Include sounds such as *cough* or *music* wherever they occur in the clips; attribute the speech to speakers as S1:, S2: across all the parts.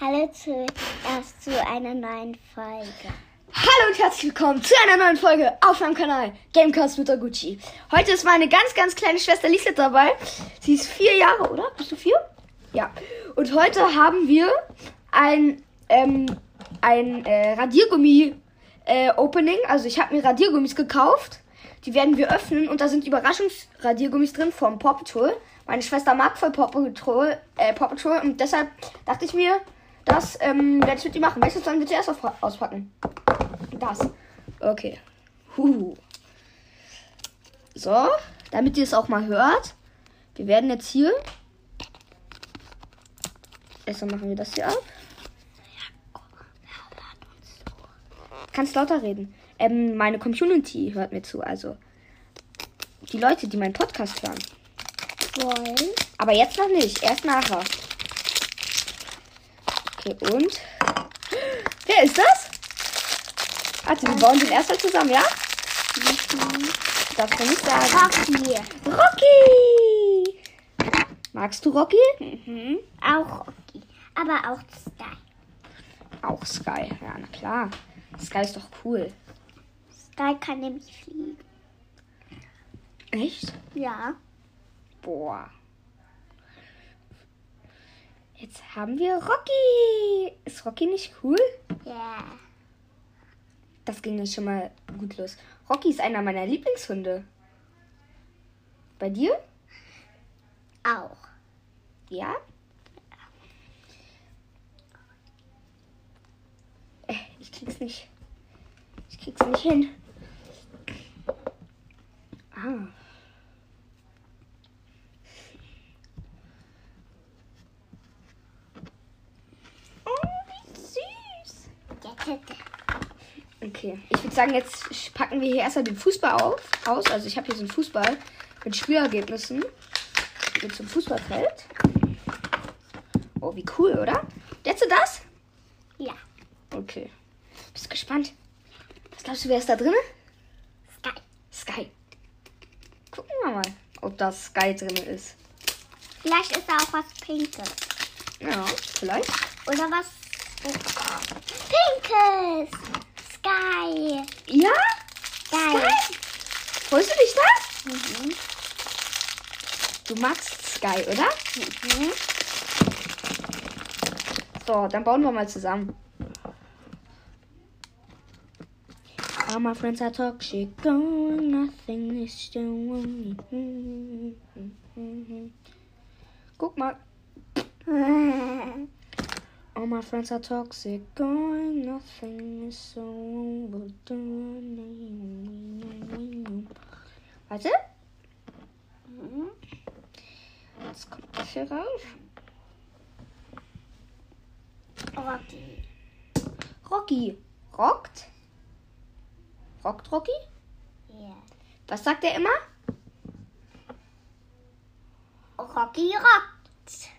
S1: Hallo zuerst zu einer neuen Folge.
S2: Hallo und herzlich willkommen zu einer neuen Folge auf meinem Kanal Gamecast mit Oguchi. Heute ist meine ganz, ganz kleine Schwester Lisette dabei. Sie ist vier Jahre, oder? Bist du vier? Ja. Und heute haben wir ein, ähm, ein äh, Radiergummi-Opening. also ich habe mir Radiergummis gekauft. Die werden wir öffnen und da sind Überraschungsradiergummis drin vom Paw Patrol. Meine Schwester mag voll Paw Patrol, äh, Paw Patrol und deshalb dachte ich mir, das ähm, werde ich mit ihr machen. Welches sollen wir zuerst auf, auspacken? Das. Okay. Huhu. So, damit ihr es auch mal hört. Wir werden jetzt hier. Erstmal machen wir das hier ab. Kannst lauter reden. Ähm, meine Community hört mir zu, also. Die Leute, die meinen Podcast hören.
S1: Wollen
S2: Aber jetzt noch nicht, erst nachher. Okay, und? Wer ist das? Also, wir bauen den erstmal zusammen, ja? Darfst du nicht sagen.
S1: Rocky.
S2: Rocky! Magst du Rocky?
S1: Mhm. Auch Rocky. Aber auch Sky.
S2: Auch Sky. Ja, na klar. Sky ist doch cool.
S1: Sky kann nämlich fliegen.
S2: Echt?
S1: Ja.
S2: Boah. Jetzt haben wir Rocky. Ist Rocky nicht cool?
S1: Ja.
S2: Das ging jetzt schon mal gut los. Rocky ist einer meiner Lieblingshunde. Bei dir?
S1: Auch.
S2: Ja? Äh, Ich krieg's nicht. Ich krieg's nicht hin. Ah. Oh, wie süß.
S1: Der Tete.
S2: Okay, ich würde sagen, jetzt sch- packen wir hier erstmal den Fußball auf, aus. Also ich habe hier so einen Fußball mit Spielergebnissen. Mit zum Fußballfeld. Oh, wie cool, oder? Jetzt so das?
S1: Ja.
S2: Okay. Bist gespannt? Was glaubst du, wer ist da drin?
S1: Sky.
S2: Sky. Gucken wir mal, ob da Sky drin ist.
S1: Vielleicht ist da auch was Pinkes.
S2: Ja, vielleicht.
S1: Oder was? Pinkes. Sky.
S2: Ja?
S1: Geil.
S2: Sky? Freust du dich da?
S1: Mhm.
S2: Du magst Sky, oder?
S1: Mhm.
S2: So, dann bauen wir mal zusammen. All my friends are toxic, oh, nothing is doing. Guck mal. All my friends are toxic, going nothing is so but doing. Warte,
S1: Mhm.
S2: jetzt kommt das hier raus.
S1: *laughs* Rocky.
S2: Rocky. Rockt? Rockt Rocky?
S1: Ja.
S2: Was sagt er immer?
S1: Rocky rockt.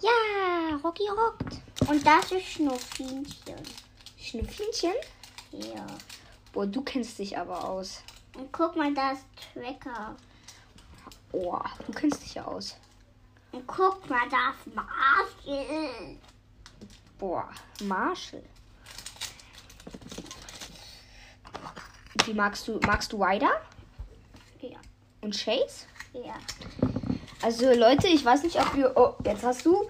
S2: Ja, Rocky rockt.
S1: Und das ist Schnuffinchen.
S2: Schnüffelchen?
S1: Ja.
S2: Boah, du kennst dich aber aus.
S1: Und guck mal, da ist Tracker.
S2: Oh, du kennst dich ja aus.
S1: Und guck mal, da ist Marshall.
S2: Boah, Marshall. Wie magst du, magst du Ryder
S1: Ja.
S2: und Chase?
S1: Ja. *laughs*
S2: Also Leute, ich weiß nicht, ob wir... Oh, jetzt hast du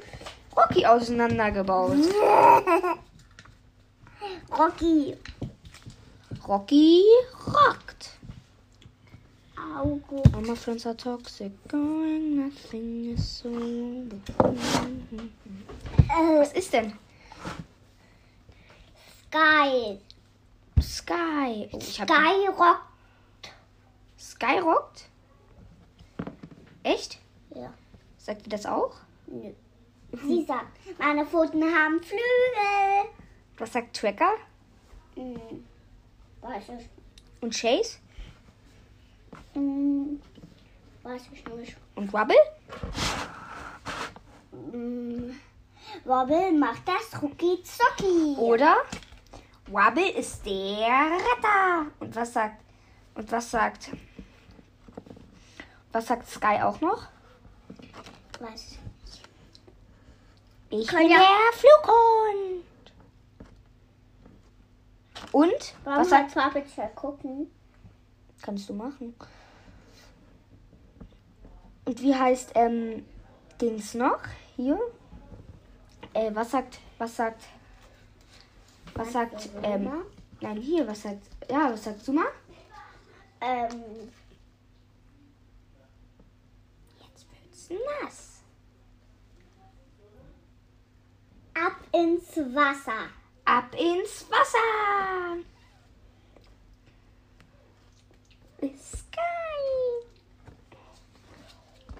S2: Rocky auseinandergebaut.
S1: Rocky.
S2: Rocky rockt.
S1: Auge.
S2: All my friends are toxic, going nothing is so...
S1: Äh,
S2: Was ist denn?
S1: Sky.
S2: Sky. Oh, ich hab
S1: Sky rockt.
S2: Sky rockt? Echt?
S1: Ja.
S2: Sagt ihr das auch?
S1: Nö. Sie sagt, meine Pfoten haben Flügel.
S2: Was sagt Tracker
S1: Hm. Weiß ich,
S2: und Chase
S1: hm. Weiß ich nicht.
S2: und Rubble?
S1: Hm. Wobbel macht das Rucki Zucki.
S2: Oder Wabble ist der Retter. Und was sagt und was sagt was sagt Sky auch noch?
S1: Was? Ich
S2: Können
S1: bin
S2: ja-
S1: der Flughund.
S2: Und?
S1: Warum
S2: Was
S1: soll
S2: sagt,
S1: Papier gucken?
S2: kannst du machen? Und wie heißt ähm, Dings noch? Hier? Äh, was sagt, was sagt, was sagt, ähm, nein, hier, was sagt, ja, was sagt Suma?
S1: Ähm. Jetzt wird's nass. Ab ins Wasser.
S2: Ab ins Wasser!
S1: Ist geil.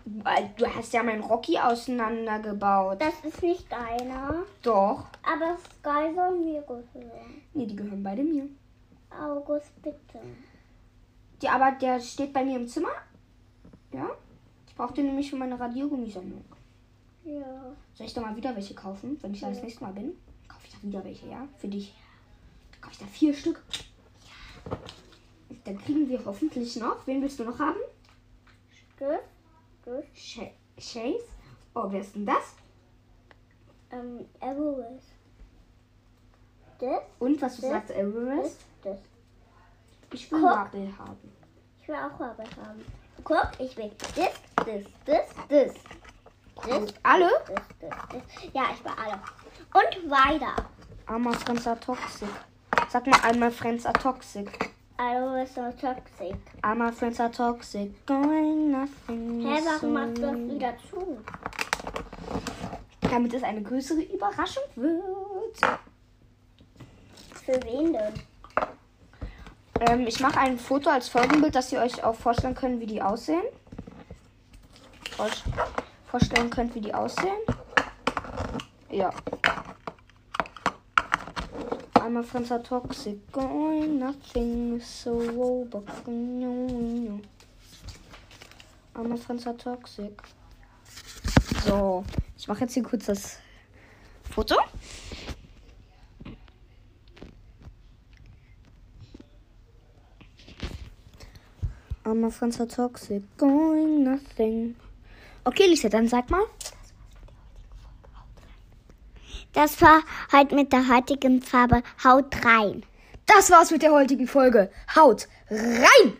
S2: Weil Du hast ja meinen Rocky auseinandergebaut.
S1: Das ist nicht deiner,
S2: Doch.
S1: aber Sky soll mir gehören.
S2: Nee, die gehören beide mir.
S1: August, bitte.
S2: Die, aber der steht bei mir im Zimmer. Ja. Ich brauche den nämlich für meine Radiergummisammlung.
S1: Ja.
S2: Soll ich da mal wieder welche kaufen, wenn ich da das nächste Mal bin? Kaufe ich da wieder welche, ja? Für dich. Da kaufe ich da vier Stück. Ja. Dann kriegen wir hoffentlich noch. Wen willst du noch haben?
S1: Stift, Stift,
S2: Sha- Chase. Oh, wer ist denn das?
S1: ähm, Everest. Das,
S2: Und was du
S1: Wer?
S2: sagst, Everest?
S1: das, das.
S2: Ich will
S1: Guck.
S2: Marble haben.
S1: Ich will auch Arbeit haben. Guck, ich will das, das, das, das. Das,
S2: Und alle?
S1: das, das, das. Ja, ich will alle. Und weiter.
S2: Armer Friends are toxic. Sag mal einmal Friends are toxic.
S1: Also ist so toxic.
S2: Armer Friends are toxic. Going nothing.
S1: Hä, warum
S2: soon.
S1: machst du das wieder zu?
S2: Damit es eine größere Überraschung wird.
S1: Für wen denn?
S2: Ähm, ich mache ein Foto als Folgenbild, dass ihr euch auch vorstellen könnt, wie die aussehen. Euch vorstellen könnt, wie die aussehen. Ja. Einmal Franza Toxic. Going nothing is so over. Einmal Franza Toxic. So, ich mache jetzt hier kurz das Foto. Armer Franzer Toxic, going nothing. Okay, Lisa, dann sag mal.
S1: Das war halt mit der heutigen Farbe Haut rein.
S2: Das war's mit der heutigen Folge. Haut rein!